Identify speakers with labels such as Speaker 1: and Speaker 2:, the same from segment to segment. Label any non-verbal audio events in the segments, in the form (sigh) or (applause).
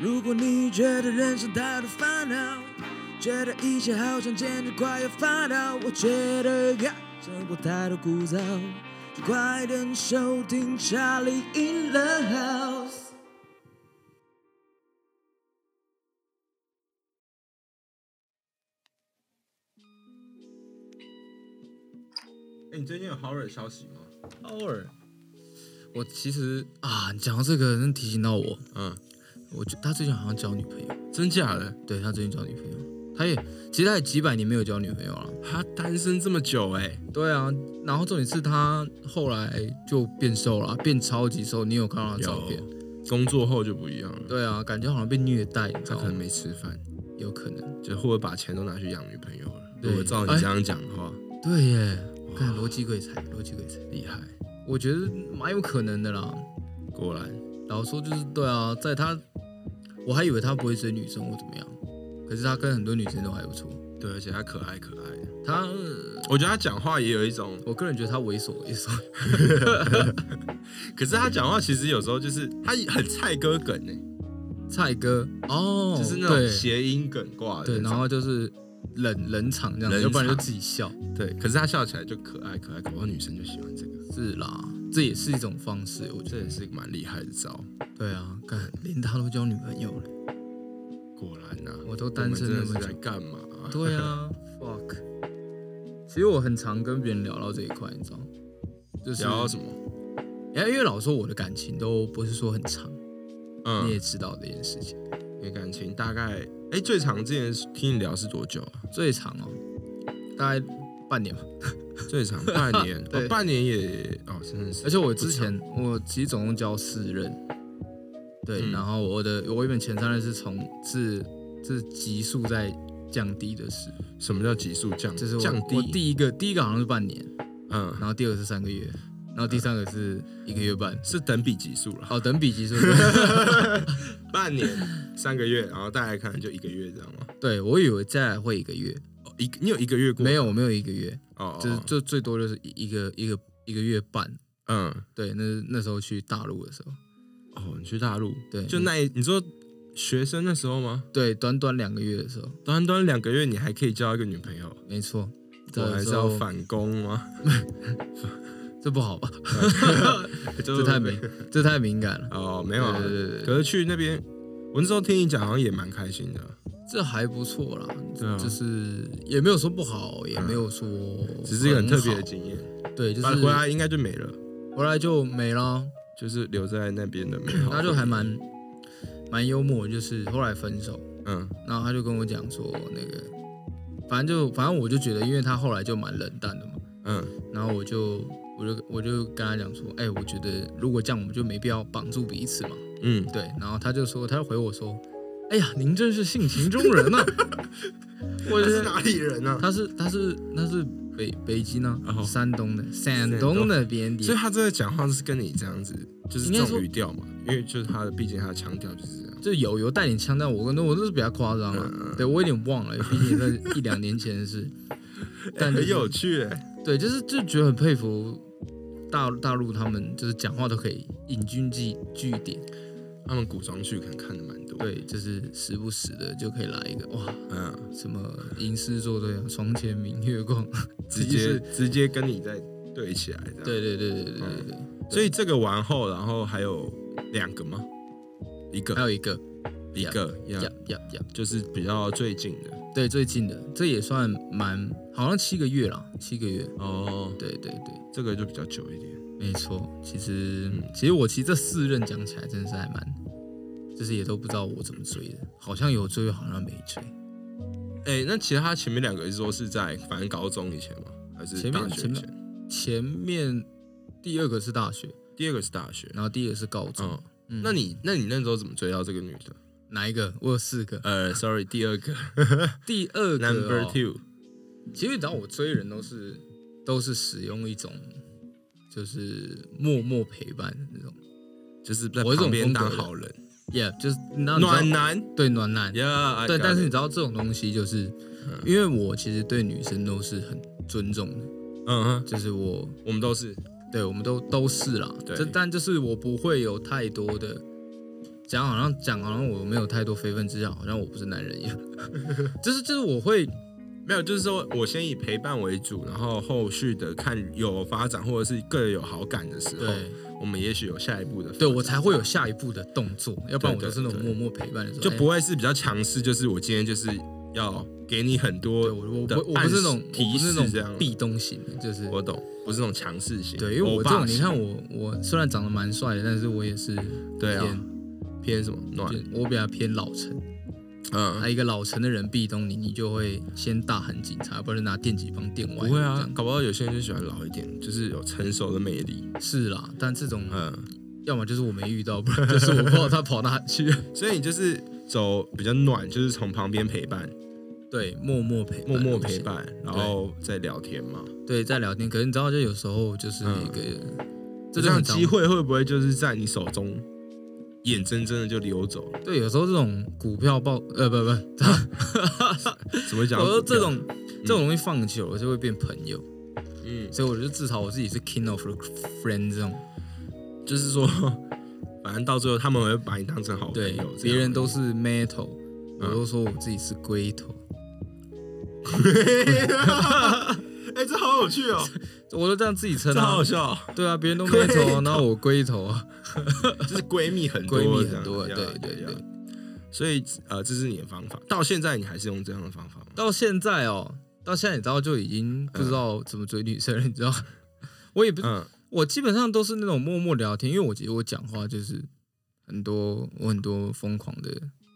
Speaker 1: 如果你觉得人生太多烦恼，觉得一切好像简直快要发抖，我觉得呀，生活太多枯燥，就快点收听《Charlie in the House》。
Speaker 2: 哎、你最近有好耳消息吗？
Speaker 3: 偶尔，
Speaker 4: 我其实啊，你讲到这个，真提醒到我，
Speaker 2: 嗯，
Speaker 4: 我觉他最近好像交女朋友，
Speaker 2: 真假的？
Speaker 4: 对他最近交女朋友，他也其实他也几百年没有交女朋友了，
Speaker 2: 他单身这么久哎、
Speaker 4: 对啊，然后重点是他后来就变瘦了，变超级瘦，你有看到他的照片？
Speaker 2: 有工作后就不一样了，
Speaker 4: 对啊，感觉好像被虐待，你知
Speaker 2: 他
Speaker 4: 道
Speaker 2: 可能
Speaker 4: 吗？
Speaker 2: 没吃饭，
Speaker 4: 有可能，
Speaker 2: 就或者把钱都拿去养女朋友了。
Speaker 4: 对
Speaker 2: 如果照你这样讲的话，
Speaker 4: 对耶，看逻辑鬼才，逻辑鬼才，
Speaker 2: 厉害，
Speaker 4: 我觉得蛮有可能的啦。
Speaker 2: 果然
Speaker 4: 老实说就是对啊，在他，我还以为他不会追女生或怎么样，可是他跟很多女生都还不错，
Speaker 2: 对，而且他可爱可爱的，
Speaker 4: 他。
Speaker 2: 我觉得他讲话也有一种，
Speaker 4: 我个人觉得他猥琐猥琐， (laughs)
Speaker 2: 可是他讲话其实有时候就是他很菜哥梗哎、
Speaker 4: 蔡哥哦，
Speaker 2: 就是那种
Speaker 4: 对
Speaker 2: 谐音梗挂的
Speaker 4: 对，
Speaker 2: 那种，
Speaker 4: 然后就是冷冷场这样
Speaker 2: 冷
Speaker 4: 子，要不然就
Speaker 2: 场
Speaker 4: 自己笑。
Speaker 2: 对，可是他笑起来就可爱可爱，搞不好女生就喜欢这个，
Speaker 4: 是啦，这也是一种方式，我觉
Speaker 2: 这也是蛮厉害的招。
Speaker 4: 得。对啊，干连他都交女朋友了。
Speaker 2: 果然呐、啊，
Speaker 4: 我都单身
Speaker 2: 我
Speaker 4: 那
Speaker 2: 们
Speaker 4: 么久
Speaker 2: 真的是在干嘛、啊？
Speaker 4: 对啊，fuck。其实我很常跟别人聊到这一块，你知道吗，就是
Speaker 2: 聊什么？
Speaker 4: 哎因为老实说我的感情都不是说很长，
Speaker 2: 嗯，
Speaker 4: 你也知道这件事情。
Speaker 2: 你的感情大概，哎、最长之前是听你聊是多久啊？
Speaker 4: 最长哦，大概半年吧。
Speaker 2: 最
Speaker 4: (laughs)
Speaker 2: 长半年，
Speaker 4: 对
Speaker 2: 哦、半年也哦，真的是。
Speaker 4: 而且我之前我其实总共交四任，对，
Speaker 2: 嗯
Speaker 4: 然后我的我原本前三任是从是是急速在降低的是，
Speaker 2: 什么叫急速降？
Speaker 4: 就是我
Speaker 2: 降低。
Speaker 4: 我第一个第一个好像是半年，
Speaker 2: 嗯，
Speaker 4: 然后第二个是三个月，然后第三个是一个月半，
Speaker 2: 是等比级数了，
Speaker 4: 哦，等比级数。
Speaker 2: 半年、三个月，然后大概看就一个月，这样吗？
Speaker 4: 对我以为再来会一个月，
Speaker 2: 哦，一你有一个月过？
Speaker 4: 没有我没有一个月，
Speaker 2: 哦，哦，
Speaker 4: 就是
Speaker 2: 哦
Speaker 4: 就最多就是一一个一个一个月半，
Speaker 2: 嗯，
Speaker 4: 对，那是那时候去大陆的时候，
Speaker 2: 哦，你去大陆，
Speaker 4: 对
Speaker 2: 就那一你说学生那时候吗？
Speaker 4: 对，短短两个月的时候，
Speaker 2: 短短两个月，你还可以交一个女朋友，
Speaker 4: 没错，
Speaker 2: 我还是要
Speaker 4: 这时候
Speaker 2: 反攻吗？
Speaker 4: (laughs) 这不好吧？
Speaker 2: 这
Speaker 4: 这太敏，这太敏感了。
Speaker 2: (laughs) 哦，没有啊。
Speaker 4: 对对对对
Speaker 2: 可是去那边，我那时候听你讲，好像也蛮开心的。
Speaker 4: 这还不错啦，
Speaker 2: 对啊
Speaker 4: 就是也没有说不好，也没有说
Speaker 2: 嗯只是一个很
Speaker 4: 好
Speaker 2: 特别的，经验。
Speaker 4: 对，就是
Speaker 2: 反正回来应哦该就没了，
Speaker 4: 回来就没了，
Speaker 2: 就是留在那边的美好。
Speaker 4: 嗯他就还蛮蛮幽默，就是后来分手，
Speaker 2: 嗯
Speaker 4: 然后他就跟我讲说那个，反正就反正我就觉得，因为他后来就蛮冷淡的嘛，
Speaker 2: 嗯
Speaker 4: 然后我就我就我就跟他讲说，哎、我觉得如果这样，我们就没必要绑住彼此嘛，
Speaker 2: 嗯，
Speaker 4: 对，然后他就说，他就回我说，哎呀，您真是性情中人
Speaker 2: (laughs)
Speaker 4: 啊，我觉
Speaker 2: 他是
Speaker 4: 得。
Speaker 2: 哪里人啊？
Speaker 4: 他是他是他是北北京呢、
Speaker 2: 哦
Speaker 4: 山东的，山
Speaker 2: 山
Speaker 4: 东
Speaker 2: 东
Speaker 4: 那边
Speaker 2: 所以
Speaker 4: 的。
Speaker 2: 他真的讲话是跟你这样子，就是
Speaker 4: 应该
Speaker 2: 这
Speaker 4: 说
Speaker 2: 种语调嘛，因为就是他的，毕竟他的腔调就是这样。
Speaker 4: 就有有带点腔调，我跟我就是比较夸张了，
Speaker 2: 嗯嗯
Speaker 4: 对我有点忘了，毕竟是一两年前的事。 (laughs) 但、就
Speaker 2: 很
Speaker 4: 是、
Speaker 2: 有趣欸，
Speaker 4: 对，就是就觉得很佩服大大陆他们，就是讲话都可以引经据据典，
Speaker 2: 他们古装剧可能看的蛮多。，
Speaker 4: 对，就是时不时的就可以来一个哇，
Speaker 2: 嗯，
Speaker 4: 什么吟诗作对啊，床前明月光， (laughs)
Speaker 2: 直接直接跟你在对起来这样。
Speaker 4: 对对对对对对对，
Speaker 2: 所以这个完后，然后还有两个吗？一
Speaker 4: 还
Speaker 2: 个，
Speaker 4: 有一个
Speaker 2: 一个，呀
Speaker 4: 呀呀呀，
Speaker 2: 就是比较最近的
Speaker 4: 对，最近的，这也算蛮，好像七个月啦，七个月。
Speaker 2: 哦，
Speaker 4: 对对对，
Speaker 2: 这个就比较久一点。
Speaker 4: 没错。其实，
Speaker 2: 嗯
Speaker 4: 其实我其实这四任讲起来，真的是还蛮，就是也都不知道我怎么追的，好像有追，好像没追。
Speaker 2: 哎、那其实他前面两个是说是在反正高中以前吗？还是
Speaker 4: 前面
Speaker 2: 大学以
Speaker 4: 前前面第二个是大学，
Speaker 2: 第二个是大学。
Speaker 4: 然后第一个是高中。嗯
Speaker 2: 嗯，那你那你那时候怎么追到这个女的？
Speaker 4: 哪一个？我有四个。
Speaker 2: 呃，sorry，第 (laughs) 二个
Speaker 4: 第二个、
Speaker 2: number
Speaker 4: 哦，
Speaker 2: two，
Speaker 4: 其实只要我追人都是都是使用一种就是默默陪伴的那种
Speaker 2: 就是在
Speaker 4: 我这
Speaker 2: 旁
Speaker 4: 种
Speaker 2: 边
Speaker 4: 风格
Speaker 2: 当
Speaker 4: 的
Speaker 2: 好人，
Speaker 4: ，yeah，就是那你知道
Speaker 2: 暖男
Speaker 4: 对暖男。
Speaker 2: 呀。
Speaker 4: 对，但是你知道
Speaker 2: 道，
Speaker 4: 这种东西，就是
Speaker 2: 嗯
Speaker 4: 因为我其实对女生都是很尊重的，
Speaker 2: 嗯哼，
Speaker 4: 就是我
Speaker 2: 我们都是
Speaker 4: 对我们都都是啦。
Speaker 2: 对
Speaker 4: 这但就是我不会有太多的讲好像讲好像我没有太多非分之想，好像我不是男人一样。 (laughs) 就是就是我会
Speaker 2: 没有，就是说我先以陪伴为主，然后后续的看有发展或者是各有好感的时候，
Speaker 4: 对
Speaker 2: 我们也许有下一步的发展。
Speaker 4: 对我才会有下一步的动作，要不然我就是那种
Speaker 2: 对
Speaker 4: 默默陪伴的时候
Speaker 2: 就不
Speaker 4: 哎
Speaker 2: 会是比较强势，就是我今天就是要给你很多
Speaker 4: 对我我
Speaker 2: 的
Speaker 4: 我我
Speaker 2: 暗
Speaker 4: 不
Speaker 2: 示
Speaker 4: 是那种我
Speaker 2: 提
Speaker 4: 不是
Speaker 2: 示
Speaker 4: 那
Speaker 2: 这
Speaker 4: 种
Speaker 2: 样。
Speaker 4: 壁咚型的，就是
Speaker 2: 我懂，不是那种强势型。
Speaker 4: 对，因为我
Speaker 2: 欧
Speaker 4: 这
Speaker 2: 巴
Speaker 4: 种你
Speaker 2: 型
Speaker 4: 看我我虽然长得蛮帅的，但是我也是
Speaker 2: 对啊
Speaker 4: 偏
Speaker 2: 偏什么暖，
Speaker 4: 就我比较偏老成，
Speaker 2: 嗯
Speaker 4: 啊，，一个老成的人壁咚你，你就会先大喊警察，不然就拿电击棒电
Speaker 2: 不
Speaker 4: 歪。这
Speaker 2: 会啊
Speaker 4: 样，
Speaker 2: 搞不好有些人就喜欢老一点，就是有成熟的魅力。
Speaker 4: 是啦，但这种
Speaker 2: 嗯，
Speaker 4: 要么就是我没遇到，不
Speaker 2: (laughs)
Speaker 4: 然就是我不知道他跑哪去。
Speaker 2: 所以你就是走比较暖，就是从旁边陪伴，
Speaker 4: 对，默默陪，
Speaker 2: 默默陪。伴，然后再聊天嘛。
Speaker 4: 对，在聊天，可是你知道，就有时候就是一个，
Speaker 2: 这
Speaker 4: 这
Speaker 2: 样
Speaker 4: 种
Speaker 2: 嗯机，会会不会就是在你手中眼睁睁的就溜走了？
Speaker 4: 对，有时候这种股票爆，呃，不不，
Speaker 2: 怎么讲？
Speaker 4: 我说这种这种东西放久了就会变朋友，
Speaker 2: 嗯，
Speaker 4: 所以我就至少我自己是 king of friend 这种。
Speaker 2: 就是说， (laughs) 反正到最后他们会把你当成好哦朋
Speaker 4: 对
Speaker 2: 友，，
Speaker 4: 别人都
Speaker 2: 是
Speaker 4: 是 metal，我
Speaker 2: 嗯
Speaker 4: 都说我自己是龟头。
Speaker 2: (laughs) 哎、这好有趣
Speaker 4: (laughs)
Speaker 2: 哦，
Speaker 4: 我都这样自己称
Speaker 2: 这好
Speaker 4: 啊
Speaker 2: 好，笑哦、
Speaker 4: 对啊，别人都
Speaker 2: 龟
Speaker 4: 没
Speaker 2: 头
Speaker 4: 头啊，然后我龟头啊，
Speaker 2: 就是闺蜜很多，
Speaker 4: 闺蜜很多，
Speaker 2: 这
Speaker 4: 对
Speaker 2: 样
Speaker 4: 对对。
Speaker 2: 这样所以呃，这是你的方法，到现在你还是用这样的方法吗？
Speaker 4: 到现在哦，到现在你知道就已经不知道怎么追女生了，你知道？ (laughs) 我也不，
Speaker 2: 嗯
Speaker 4: 我基本上都是那种默默聊天，因为我觉得我讲话就是很多，我很多疯狂的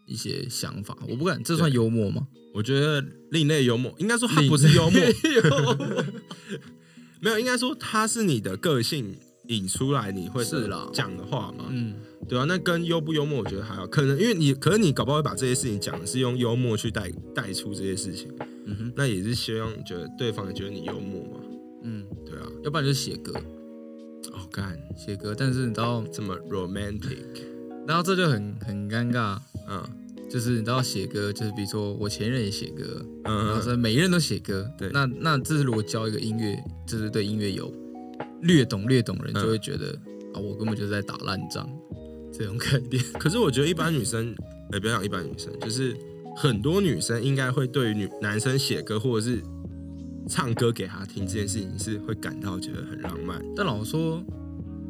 Speaker 4: 一些想法，我不敢，这算幽默吗？
Speaker 2: 我觉得另类幽默，应该说它
Speaker 4: 另
Speaker 2: 不是幽默，
Speaker 4: 幽
Speaker 2: (laughs) 没有，应该说它是你的个性引出来，你会
Speaker 4: 是啦
Speaker 2: 讲的话嘛，
Speaker 4: 嗯，
Speaker 2: 对啊，那跟幽不幽默，我觉得还好，可能因为你，可能你搞不好会把这些事情讲的是用幽默去带带出这些事情，
Speaker 4: 嗯哼，
Speaker 2: 那也是希望觉得对方也觉得你幽默嘛，
Speaker 4: 嗯，
Speaker 2: 对啊，
Speaker 4: 要不然就是写歌，
Speaker 2: 哦，干
Speaker 4: 写歌，但是你知道，
Speaker 2: 这么 romantic，
Speaker 4: 然后这就很很尴尬，
Speaker 2: 嗯
Speaker 4: 就是你知道写歌，就是比如说我前任也写歌，
Speaker 2: 嗯
Speaker 4: 然后
Speaker 2: 嗯，
Speaker 4: 是每一任都写歌。
Speaker 2: 对
Speaker 4: 那那这是如果教一个音乐，就是对音乐有略懂略懂的人，
Speaker 2: 嗯
Speaker 4: 就会觉得、啊，我根本就是在打烂仗这种概念。 (laughs)
Speaker 2: 可是我觉得一般女生，哎、不要讲一般女生，就是很多女生应该会对于女男生写歌或者是唱歌给他听这件事情是会感到觉得很浪漫
Speaker 4: 但老实说，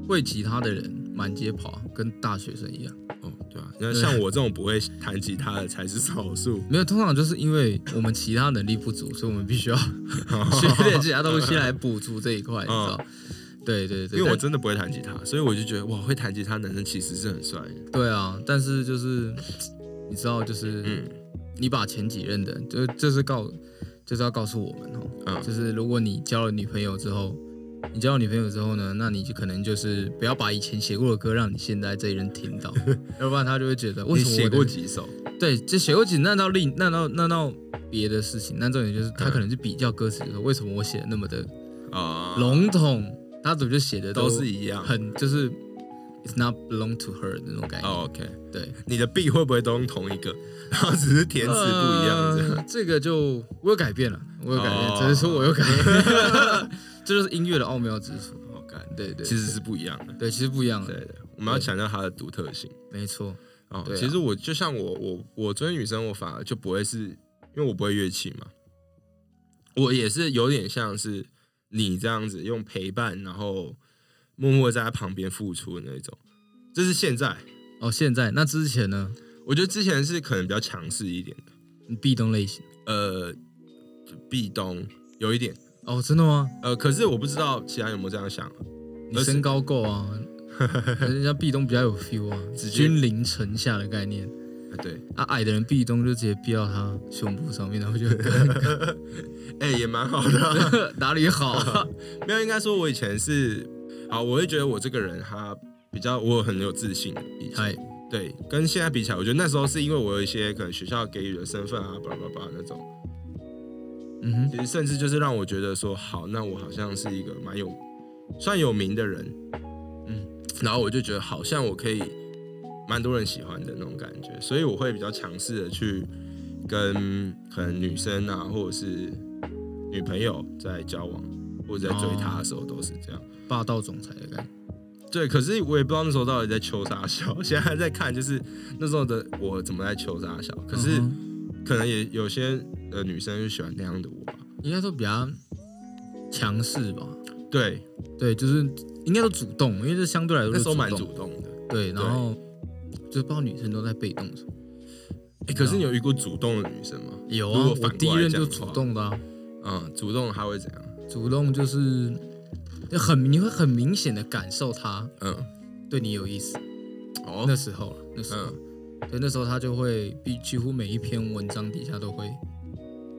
Speaker 4: 会吉他的人满街跑啊，跟大学生一样。
Speaker 2: 哦，对啊，那像我这种不会弹吉他的才是少数，
Speaker 4: 没有，通常就是因为我们其他能力不足，所以我们必
Speaker 2: (laughs)
Speaker 4: 须要学点其他东西来补足这一块，你知道？对对对，
Speaker 2: 嗯因为我
Speaker 4: 但
Speaker 2: 真的不会弹吉他，所以我就觉得哇，会弹吉他的男生其实是很帅的。
Speaker 4: 对啊，但是就是你知道，就是
Speaker 2: 嗯
Speaker 4: 你把前几任的，就就是告，就是要告诉我们哦，
Speaker 2: 嗯
Speaker 4: 就是如果你交了女朋友之后，你交了女朋友之后呢，那你就可能就是不要把以前写过的歌让你现在这一人听
Speaker 2: (laughs)
Speaker 4: 到，要不然他就会觉得为
Speaker 2: 你
Speaker 4: 什么我
Speaker 2: 写
Speaker 4: 的
Speaker 2: 过？几首？
Speaker 4: 对，就写过几，那到另那到那到别的事情，那重点就是他可能就比较歌词，就是为什么我写的那么的
Speaker 2: 啊，
Speaker 4: 笼统，他怎么就写的
Speaker 2: 都是一样。
Speaker 4: 很就是 it's not belong to her 的那种感觉，
Speaker 2: 哦 OK，
Speaker 4: 对。
Speaker 2: 你的 B 会不会都用同一个，然后只是填词不一样这样？
Speaker 4: 呃这个就我有改变了，我有改变，
Speaker 2: 哦
Speaker 4: 只是说我有改变，
Speaker 2: (laughs)
Speaker 4: 这就是音乐的奥妙之处。
Speaker 2: 好感，
Speaker 4: 对对，
Speaker 2: 哦
Speaker 4: 哦
Speaker 2: 其实是不一样的。
Speaker 4: 对，其实不一样
Speaker 2: 对
Speaker 4: 的，
Speaker 2: 的，我们要强调它的独特性。
Speaker 4: 没错。
Speaker 2: 哦，
Speaker 4: 对啊
Speaker 2: 其实我就像我我我追女生，我反而就不会是因为我不会乐器嘛，我也是有点像是你这样子用陪伴，然后默默在她旁边付出的那种。这是现在，
Speaker 4: 哦，现在那之前呢，
Speaker 2: 我觉得之前是可能比较强势一点的，
Speaker 4: 你壁咚类型
Speaker 2: 呃，就壁咚有一点，
Speaker 4: 哦，真的吗？
Speaker 2: 呃，可是我不知道其他有没有这样想，啊
Speaker 4: 你
Speaker 2: 而是
Speaker 4: 身高够啊，人家壁咚比较有 feel 啊，
Speaker 2: 直接
Speaker 4: 君临城下的概念。
Speaker 2: 呃对，
Speaker 4: 啊，矮的人壁咚就直接逼到他胸部上面，然后
Speaker 2: (laughs)
Speaker 4: 就很尴
Speaker 2: 哎、也蛮好的啊、 (laughs)
Speaker 4: 尬哪里好？
Speaker 2: 没有，应该说我以前是，好，我会觉得我这个人他比较，我很有自信。以前
Speaker 4: 哎，
Speaker 2: 对，跟现在比起来，我觉得那时候是因为我有一些可能学校给予的身份啊，巴拉巴拉那种，
Speaker 4: 嗯哼，
Speaker 2: 其实甚至就是让我觉得说，好，那我好像是一个蛮有算有名的人，嗯，然后我就觉得好像我可以蛮多人喜欢的那种感觉，所以我会比较强势的去跟可能女生啊，或者是女朋友在交往或者在追她的时候都是这样。
Speaker 4: 霸道总裁的概念。
Speaker 2: 对，可是我也不知道那时候到底在求啥笑， (laughs) 现在还在看，就是那时候的我怎么在求啥笑。可是
Speaker 4: 嗯哼
Speaker 2: 可能也有些呃女生就喜欢那样的我啊吧。
Speaker 4: 应该说比较强势吧，
Speaker 2: 对，
Speaker 4: 对，就是应该说主动，因为这相对来说
Speaker 2: 那时候蛮
Speaker 4: 主
Speaker 2: 主
Speaker 4: 动，
Speaker 2: 动的。
Speaker 4: 对，然后就不知道女生都在被动什么，
Speaker 2: 哎，可
Speaker 4: 啊
Speaker 2: 是你有遇过主动的女生吗？
Speaker 4: 有
Speaker 2: 如
Speaker 4: 啊
Speaker 2: 果，
Speaker 4: 我
Speaker 2: 反
Speaker 4: 第一
Speaker 2: 过来
Speaker 4: 任
Speaker 2: 讲
Speaker 4: 就
Speaker 2: 的
Speaker 4: 主
Speaker 2: 话
Speaker 4: 动的啊，
Speaker 2: 嗯，主动她会怎样？
Speaker 4: 主动就是就很你会很明显的感受她
Speaker 2: 嗯，
Speaker 4: 对你有意思，
Speaker 2: 哦，嗯
Speaker 4: 那时候了，那时候，对，那时候他就会比几乎每一篇文章底下都会，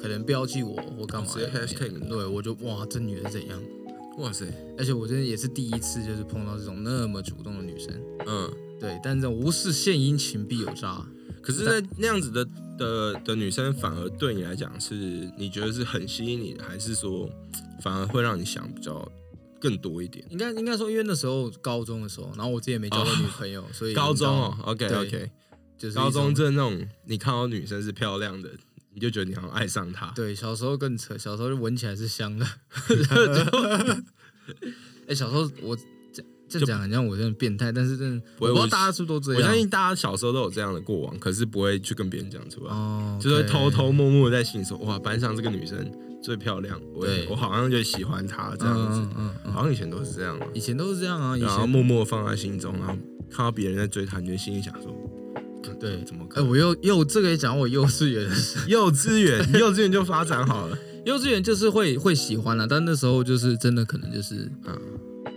Speaker 4: 可能标记我或干嘛
Speaker 2: 直接
Speaker 4: 的，
Speaker 2: hashtag 你啊
Speaker 4: 对我就哇，这女人怎样？
Speaker 2: 哇塞，
Speaker 4: 而且我真的也是第一次，就是碰到这种那么主动的女生，
Speaker 2: 嗯，
Speaker 4: 对，但这种无事献殷勤必有诈，
Speaker 2: 可是那那样子的的的女生，反而对你来讲是你觉得是很吸引你的，还是说反而会让你想比较更多一点？
Speaker 4: 应该应该说，因为那时候高中的时候，然后我自己也没交过女朋友，所以
Speaker 2: 哦 (laughs) 高中哦，OK
Speaker 4: 对
Speaker 2: OK，
Speaker 4: 就是一
Speaker 2: 高中
Speaker 4: 种
Speaker 2: 就是那种你看到女生是漂亮的，你就觉得你好像爱上她。
Speaker 4: 对，小时候更扯，小时候就闻起来是香的。(laughs)
Speaker 2: (laughs)
Speaker 4: 哎、小时候我这这
Speaker 2: 就
Speaker 4: 讲很像我真的变态，但是真的
Speaker 2: 不会
Speaker 4: 我不知
Speaker 2: 我
Speaker 4: 道大家是不是都这
Speaker 2: 我
Speaker 4: 样。
Speaker 2: 相信大家小时候都有这样的过往，可是不会去跟别人讲出来，
Speaker 4: 哦，
Speaker 2: 就是会
Speaker 4: OK
Speaker 2: 偷偷摸摸地在心里说：“哇，班上这个女生最漂亮，我
Speaker 4: 对
Speaker 2: 我好像就喜欢她这样子。
Speaker 4: 嗯嗯嗯嗯，
Speaker 2: 好像以前都是这样嘛，
Speaker 4: 以前都是这样啊，以
Speaker 2: 然后
Speaker 4: 前
Speaker 2: 默默放在心中，然后看到别人在追她，你就心里想说：
Speaker 4: 对
Speaker 2: 怎么可
Speaker 4: 哎、
Speaker 2: 能？
Speaker 4: 我又又这个也讲我幼稚园的事，
Speaker 2: 幼稚园， (laughs) 幼稚园就发展好了。
Speaker 4: 幼稚园就是会会喜欢了，但那时候就是真的可能就是，
Speaker 2: 嗯，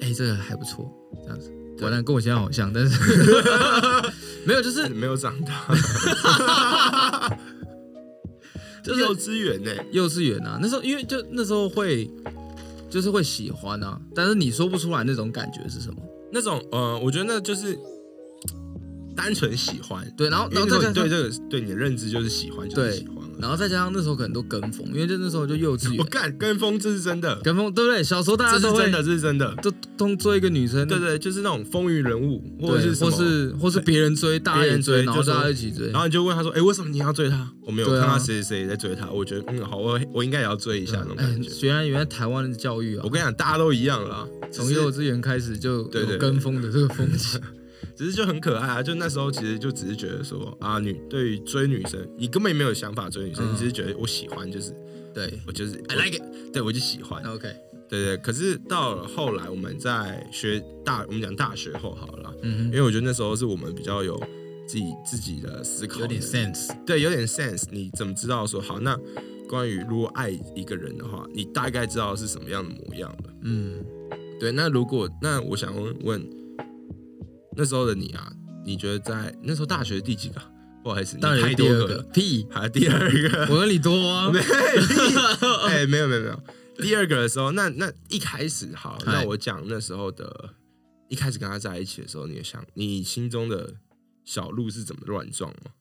Speaker 4: 哎、这个还不错，这样子。
Speaker 2: 对
Speaker 4: 果然跟我现在好像，但是 (laughs) 没有，就是
Speaker 2: 没有长 (laughs) 大，
Speaker 4: 就是
Speaker 2: 幼稚园欸呢、
Speaker 4: 幼稚园啊，那时候因为就那时候会就是会喜欢啊，但是你说不出来那种感觉是什么。
Speaker 2: 那种呃，我觉得那就是单纯喜欢，
Speaker 4: 对，然后
Speaker 2: 嗯因
Speaker 4: 然
Speaker 2: 为
Speaker 4: 后
Speaker 2: 哦那
Speaker 4: 再
Speaker 2: 时候
Speaker 4: 加上，
Speaker 2: 你对这个对你的认知就是喜欢，就是喜欢了。
Speaker 4: 然后再加上那时候可能都跟风，因为就那时候就幼稚
Speaker 2: 我
Speaker 4: 园
Speaker 2: 干跟风，这是真的，
Speaker 4: 跟风，对不对？小时候大
Speaker 2: 这
Speaker 4: 家
Speaker 2: 是
Speaker 4: 都会
Speaker 2: 真的，这是真的。
Speaker 4: 都通追一个女生，
Speaker 2: 对对，就是那种风云人物，嗯或者
Speaker 4: 对
Speaker 2: 是什
Speaker 4: 或
Speaker 2: 么，
Speaker 4: 是或是别人追，大家
Speaker 2: 别
Speaker 4: 也
Speaker 2: 人追
Speaker 4: 追，然后
Speaker 2: 就说
Speaker 4: 大家一起追
Speaker 2: 然。后你就问他说：“哎，为什么你要追他？”我没有
Speaker 4: 对
Speaker 2: 看
Speaker 4: 啊
Speaker 2: 到谁谁谁在追他，我觉得嗯，好，我我应该也要追一下那种
Speaker 4: 哎
Speaker 2: 感觉。，
Speaker 4: 原来原来台湾的教育啊
Speaker 2: 我，跟你讲，大家都一样啦，只
Speaker 4: 从
Speaker 2: 是
Speaker 4: 幼稚园开始就
Speaker 2: 对对
Speaker 4: 有跟风的这个风
Speaker 2: (laughs)
Speaker 4: 气。
Speaker 2: 只是就很可爱啊。就那时候其实就只是觉得说啊，女对于追女生，你根本没有想法追女生，
Speaker 4: 嗯
Speaker 2: 你只是觉得我喜欢，就是
Speaker 4: 对
Speaker 2: 我就是
Speaker 4: I like
Speaker 2: it，对我就喜欢。
Speaker 4: ，OK，
Speaker 2: 对对，可是到了后来，我们在学大，我们讲大学后好了啦，
Speaker 4: 嗯
Speaker 2: 因为我觉得那时候是我们比较有自己自己的思考
Speaker 4: 哼，
Speaker 2: 的，
Speaker 4: 有点 sense。
Speaker 2: 对，有点 sense。你怎么知道说好？那关于如果爱一个人的话，你大概知道是什么样的模样了。
Speaker 4: 嗯，
Speaker 2: 对，那如果那我想问问，那时候的你啊，你觉得在那时候大学第几个啊？不好意思，你
Speaker 4: 当然
Speaker 2: 太
Speaker 4: 是第
Speaker 2: 多
Speaker 4: 二
Speaker 2: 个
Speaker 4: 个
Speaker 2: 了，
Speaker 4: 屁，
Speaker 2: 还第二个。
Speaker 4: 我跟你多
Speaker 2: (laughs)
Speaker 4: 啊
Speaker 2: 没， (laughs) 哎，没有没有没有。第二个的时候，那那一开始好，那
Speaker 4: 嗨
Speaker 2: 我讲那时候的，一开始跟他在一起的时候，你也想你心中的小鹿是怎么乱撞吗？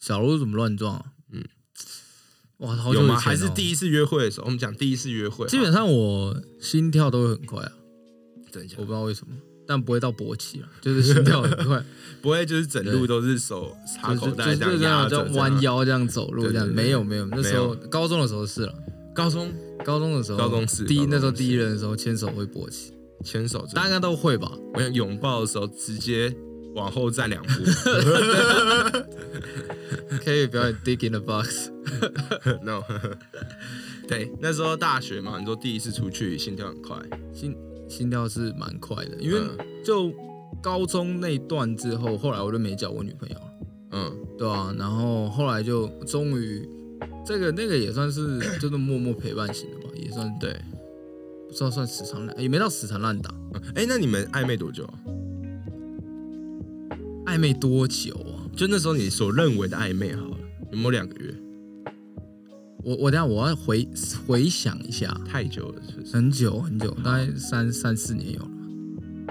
Speaker 4: 小鹿怎么乱撞啊？
Speaker 2: 嗯
Speaker 4: 嗯，哇，好久
Speaker 2: 有
Speaker 4: 以前哦
Speaker 2: 吗？还是第一次约会的时候？我们讲第一次约会好，
Speaker 4: 基本上我心跳都会很快啊，
Speaker 2: 等一下
Speaker 4: 我不知道为什么，但不会到勃起啊，就是心跳很
Speaker 2: (laughs)
Speaker 4: 快，
Speaker 2: 不会就是整路都是手插
Speaker 4: 就
Speaker 2: 口
Speaker 4: 是就
Speaker 2: 袋
Speaker 4: 是
Speaker 2: 这
Speaker 4: 就
Speaker 2: 样
Speaker 4: 这
Speaker 2: 压
Speaker 4: 样，就
Speaker 2: 着
Speaker 4: 弯。腰这样走路
Speaker 2: 对
Speaker 4: 这样，
Speaker 2: 对对
Speaker 4: 没有没有，那时候高中的时候是了，
Speaker 2: 这样高中
Speaker 4: 高中的时候，
Speaker 2: 高中是
Speaker 4: 第
Speaker 2: 高
Speaker 4: 一
Speaker 2: 中
Speaker 4: 那时候
Speaker 2: 是
Speaker 4: 第一任的时候牵手会勃起，
Speaker 2: 牵手之类
Speaker 4: 大
Speaker 2: 的，
Speaker 4: 家都会吧？
Speaker 2: 我想拥抱的时候直接往后
Speaker 4: (laughs)
Speaker 2: 站两步。 (laughs)
Speaker 4: 可以表演 dig in the box， (laughs)
Speaker 2: no，对，那时候大学嘛，你说第一次出去心跳很快，
Speaker 4: 心心跳是蛮快的，因为
Speaker 2: 嗯
Speaker 4: 就高中那一段之后，后来我就没交过女朋友了。
Speaker 2: 嗯，
Speaker 4: 对啊，然后后来就终于，这个那个也算是就是默默陪伴型的吧，也算
Speaker 2: 对。
Speaker 4: 不知道算死缠烂，也没到死缠烂打，
Speaker 2: 哎、那你们暧昧多久啊？
Speaker 4: 暧昧多久啊？
Speaker 2: 就那时候你所认为的暧昧好了，有没有两个月？
Speaker 4: 我我等一下我要回回想一下，
Speaker 2: 太久了，是不是？
Speaker 4: 很久很
Speaker 2: 嗯
Speaker 4: 久，大概三三四年有了，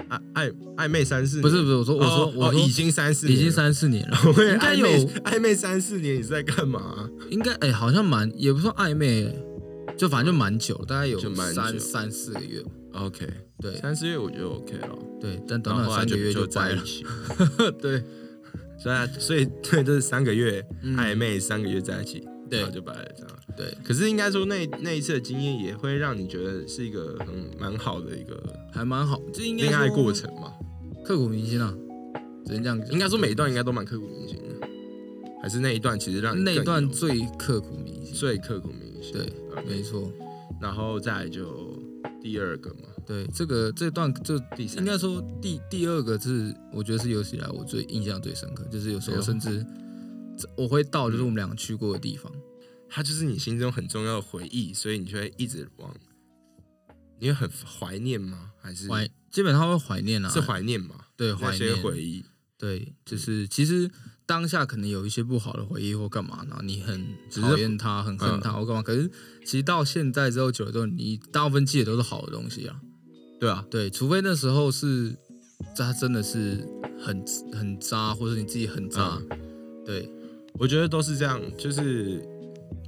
Speaker 2: 暧啊暧暧昧三四年？
Speaker 4: 不是不是，我说我说
Speaker 2: 哦
Speaker 4: 我
Speaker 2: 哦
Speaker 4: 说
Speaker 2: 已经三四年
Speaker 4: 已
Speaker 2: 了，，
Speaker 4: 经三四年了
Speaker 2: (laughs) 我也
Speaker 4: 应该
Speaker 2: 暧
Speaker 4: 有
Speaker 2: 昧暧昧三四年，你是在干嘛啊、
Speaker 4: 应该哎好像蛮也不算暧昧，就反正就蛮久了，大概有
Speaker 2: 就蛮久
Speaker 4: 三三四个月吧，
Speaker 2: OK，
Speaker 4: 对
Speaker 2: 三四月我觉得 OK 了，
Speaker 4: 对，但短短
Speaker 2: 然后后来
Speaker 4: 三个月
Speaker 2: 就
Speaker 4: 掰
Speaker 2: 在一
Speaker 4: 了，
Speaker 2: 起， (laughs)
Speaker 4: 对
Speaker 2: 所以啊所以 (laughs) 对，就是三个月
Speaker 4: 嗯
Speaker 2: 暧昧，三个月在一起，
Speaker 4: 对
Speaker 2: 然后就掰了这样。
Speaker 4: 对，
Speaker 2: 可是应该说那那一次的经验也会让你觉得是一个很蛮好的一个
Speaker 4: 还蛮好，这应该
Speaker 2: 恋爱
Speaker 4: 说
Speaker 2: 过程嘛，
Speaker 4: 刻骨铭心啊，只能这样讲。
Speaker 2: 应该说每一段应该都蛮刻骨铭心的，还是那一段其实让你
Speaker 4: 那一
Speaker 2: 更
Speaker 4: 段
Speaker 2: 有
Speaker 4: 最刻骨铭心，
Speaker 2: 最刻骨铭心。
Speaker 4: 对
Speaker 2: OK
Speaker 4: 没错，
Speaker 2: 然后再来就第二个嘛，
Speaker 4: 对这个这段就
Speaker 2: 第三
Speaker 4: 应该说第第二个是我觉得是有史以来我最印象最深刻，就是有时
Speaker 2: 哎
Speaker 4: 候
Speaker 2: 呦
Speaker 4: 甚至我会到就是我们两个去过的地方，
Speaker 2: 它就是你心中很重要的回忆，所以你就会一直往，你会很怀念吗？还是
Speaker 4: 怀基本上会怀念啊，
Speaker 2: 是怀念吗？
Speaker 4: 对
Speaker 2: 那
Speaker 4: 怀
Speaker 2: 些
Speaker 4: 念
Speaker 2: 回忆，
Speaker 4: 对，就是其实当下可能有一些不好的回忆或干嘛，然后你很
Speaker 2: 只是
Speaker 4: 讨厌他、很恨他或干嘛，可是其实到现在之后久了之后，你大部分记得都是好的东西啊。
Speaker 2: 对啊，
Speaker 4: 对，除非那时候是他真的是很很渣，或者你自己很渣。对，
Speaker 2: 我觉得都是这样，就是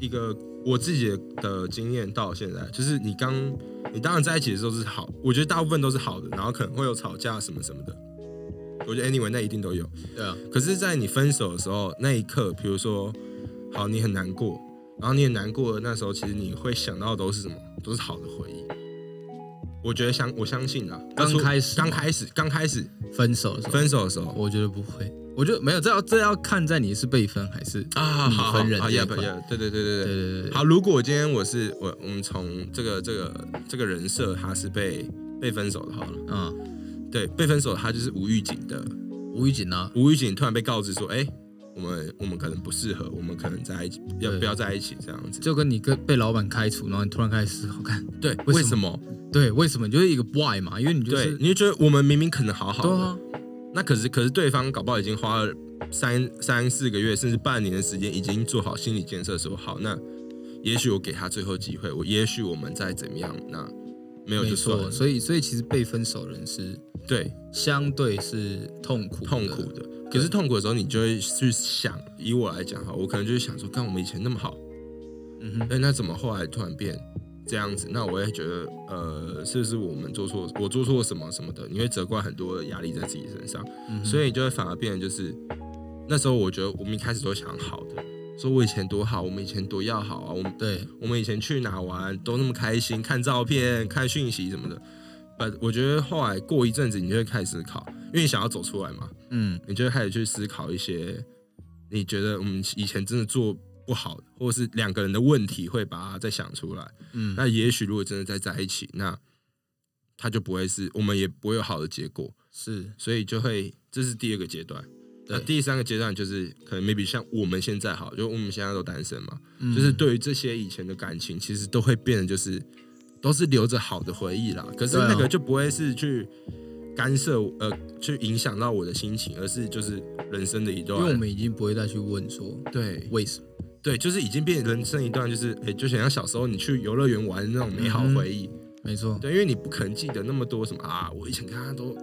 Speaker 2: 一个我自己的经验到现在，就是你刚你当然在一起的时候是好，我觉得大部分都是好的，然后可能会有吵架什么什么的，我觉得 anyway 那一定都有。
Speaker 4: 对啊，
Speaker 2: 可是，在你分手的时候那一刻，比如说，好，你很难过，然后你很难过的那时候，其实你会想到的都是什么？都是好的回忆。我觉得相我相信啊，
Speaker 4: 刚
Speaker 2: 那
Speaker 4: 开始
Speaker 2: 刚开始，刚开始
Speaker 4: 分手的时候，
Speaker 2: 分手的时候
Speaker 4: 我觉得不会，我觉得没有，这要这要看在你是被分还是
Speaker 2: 啊，
Speaker 4: 你
Speaker 2: 好好
Speaker 4: 分人
Speaker 2: 好
Speaker 4: 这一
Speaker 2: ，yeah，
Speaker 4: 块
Speaker 2: yeah，对对对
Speaker 4: 对
Speaker 2: 对
Speaker 4: 对对对
Speaker 2: 好，如果今天我是我，我们从这个这个这个人设，他是被被分手的，好了，
Speaker 4: 嗯，
Speaker 2: 对，被分手的他就是吴玉景的，
Speaker 4: 吴玉锦啊，
Speaker 2: 吴玉景突然被告知说，哎、我们我们可能不适合，我们可能在一起，要
Speaker 4: 对
Speaker 2: 不要在一起这样子？
Speaker 4: 就跟你跟被老板开除，然后你突然开始思考，看
Speaker 2: 对，
Speaker 4: 为
Speaker 2: 为
Speaker 4: 什
Speaker 2: 什么？
Speaker 4: 对为什么，你就是一个 why 嘛，因为你就是啊
Speaker 2: 对，你就觉得我们明明可能好好
Speaker 4: 对
Speaker 2: 的，
Speaker 4: 啊，
Speaker 2: 那可是可是对方搞不好已经花了三三四个月甚至半年的时间，已经做好心理建设，说好，那也许我给他最后机会，我也许我们再怎么样，那没有
Speaker 4: 没
Speaker 2: 就算了
Speaker 4: 错，，所以所以其实被分手的人是
Speaker 2: 对。
Speaker 4: 相对是痛苦的
Speaker 2: 痛苦，的。可是痛苦的时候，你就会去想，以我来讲哈，我可能就会想说，看我们以前那么好，
Speaker 4: 嗯哼，
Speaker 2: 哎，那怎么后来突然变这样子？那我也觉得，呃，是不是我们做错，我做错什么什么的？你会责怪很多的压力在自己身上，
Speaker 4: 嗯哼
Speaker 2: 所以你就会反而变得就是，那时候我觉得我们一开始都想好的，说我以前多好，我们以前多要好啊，我们
Speaker 4: 对
Speaker 2: 我们以前去哪玩都那么开心，看照片、看讯息什么的。但我觉得后来过一阵子，你就会开始思考，因为你想要走出来嘛。
Speaker 4: 嗯
Speaker 2: 你就会开始去思考一些你觉得我们以前真的做不好的，或者是两个人的问题，会把它再想出来。
Speaker 4: 嗯，
Speaker 2: 那也许如果真的再在一起，那他就不会是我们也不会有好的结果，
Speaker 4: 是
Speaker 2: 所以就会这是第二个阶段。那
Speaker 4: 对
Speaker 2: 第三个阶段就是可能 maybe 像我们现在好，就我们现在都单身嘛，
Speaker 4: 嗯
Speaker 2: 就是对于这些以前的感情，其实都会变得就是都是留着好的回忆啦。可是
Speaker 4: 对啊
Speaker 2: 那个就不会是去干涉我呃，去影响到我的心情，而是就是人生的一
Speaker 4: 因为我
Speaker 2: 段。
Speaker 4: 们已经不会再去问说
Speaker 2: 对
Speaker 4: 为什么，
Speaker 2: 对，就是已经变人生一段，就是哎、诶就想像小时候你去游乐园玩的那种美好
Speaker 4: 嗯
Speaker 2: 回忆。
Speaker 4: 没错，
Speaker 2: 对，因为你不可能记得那么多什么啊，我以前跟他都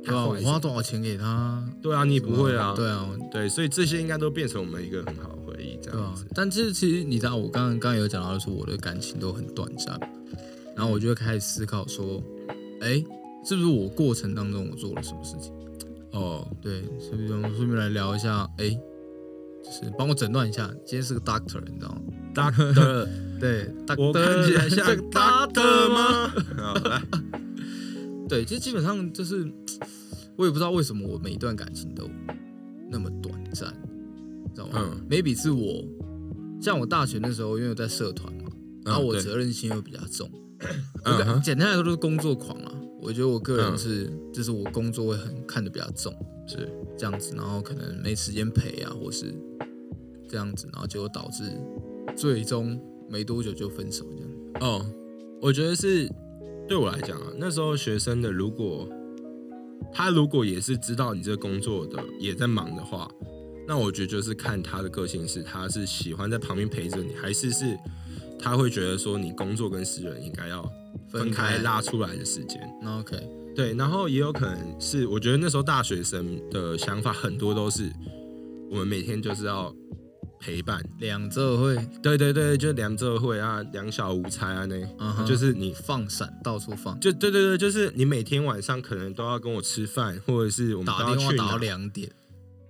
Speaker 4: 对
Speaker 2: 太
Speaker 4: 吧？我
Speaker 2: 坏什
Speaker 4: 花
Speaker 2: 么。
Speaker 4: 多少钱给他，
Speaker 2: 对啊，你也不会啊。
Speaker 4: 对啊，
Speaker 2: 对，所以这些应该都变成我们一个很好的回忆，这
Speaker 4: 对
Speaker 2: 样
Speaker 4: 啊
Speaker 2: 子。，
Speaker 4: 但是其实你知道，我刚刚刚刚有讲到，就是我的感情都很短暂，然后我就会开始思考说，哎，是不是我过程当中我做了什么事情？
Speaker 2: 哦，
Speaker 4: 对，所以我们顺便来聊一下，哎，就是帮我诊断一下，今天是个 doctor，你知道吗？
Speaker 2: 大的，
Speaker 4: 对，
Speaker 2: 我看起来像大的
Speaker 4: doctor
Speaker 2: 吗？ (laughs) 好，来，
Speaker 4: 对，其实基本上就是，我也不知道为什么我每一段感情都那么短暂，你知道吗、
Speaker 2: 嗯
Speaker 4: m a y b e 是我，像我大学那时候，因为我在社团嘛，然后我
Speaker 2: 嗯啊对
Speaker 4: 责任心又比较重，我
Speaker 2: 嗯
Speaker 4: 感、
Speaker 2: 哼
Speaker 4: 简单来说都是工作狂啊。我觉得我个
Speaker 2: 嗯
Speaker 4: 人是，就是我工作会很看得比较重，
Speaker 2: 是
Speaker 4: 这样子，然后可能没时间陪啊，或是这样子，然后结果导致最终没多久就分手这样。
Speaker 2: 哦，我觉得是对我来讲啊，那时候学生的如果他如果也是知道你这个工作的也在忙的话，那我觉得就是看他的个性是他是喜欢在旁边陪着你，还是是他会觉得说你工作跟私人应该要分开拉出来的时间。
Speaker 4: 那 OK，
Speaker 2: 对，然后也有可能是，我觉得那时候大学生的想法很多都是，我们每天就是要陪伴，
Speaker 4: 两者会
Speaker 2: 对对对，就两社会啊，两小无猜啊那
Speaker 4: 嗯哼
Speaker 2: 就是你
Speaker 4: 放闪到处放，
Speaker 2: 就对对对，就是你每天晚上可能都要跟我吃饭，或者是我们
Speaker 4: 打
Speaker 2: 都要
Speaker 4: 电话
Speaker 2: 去
Speaker 4: 打到
Speaker 2: 哪。
Speaker 4: 两点，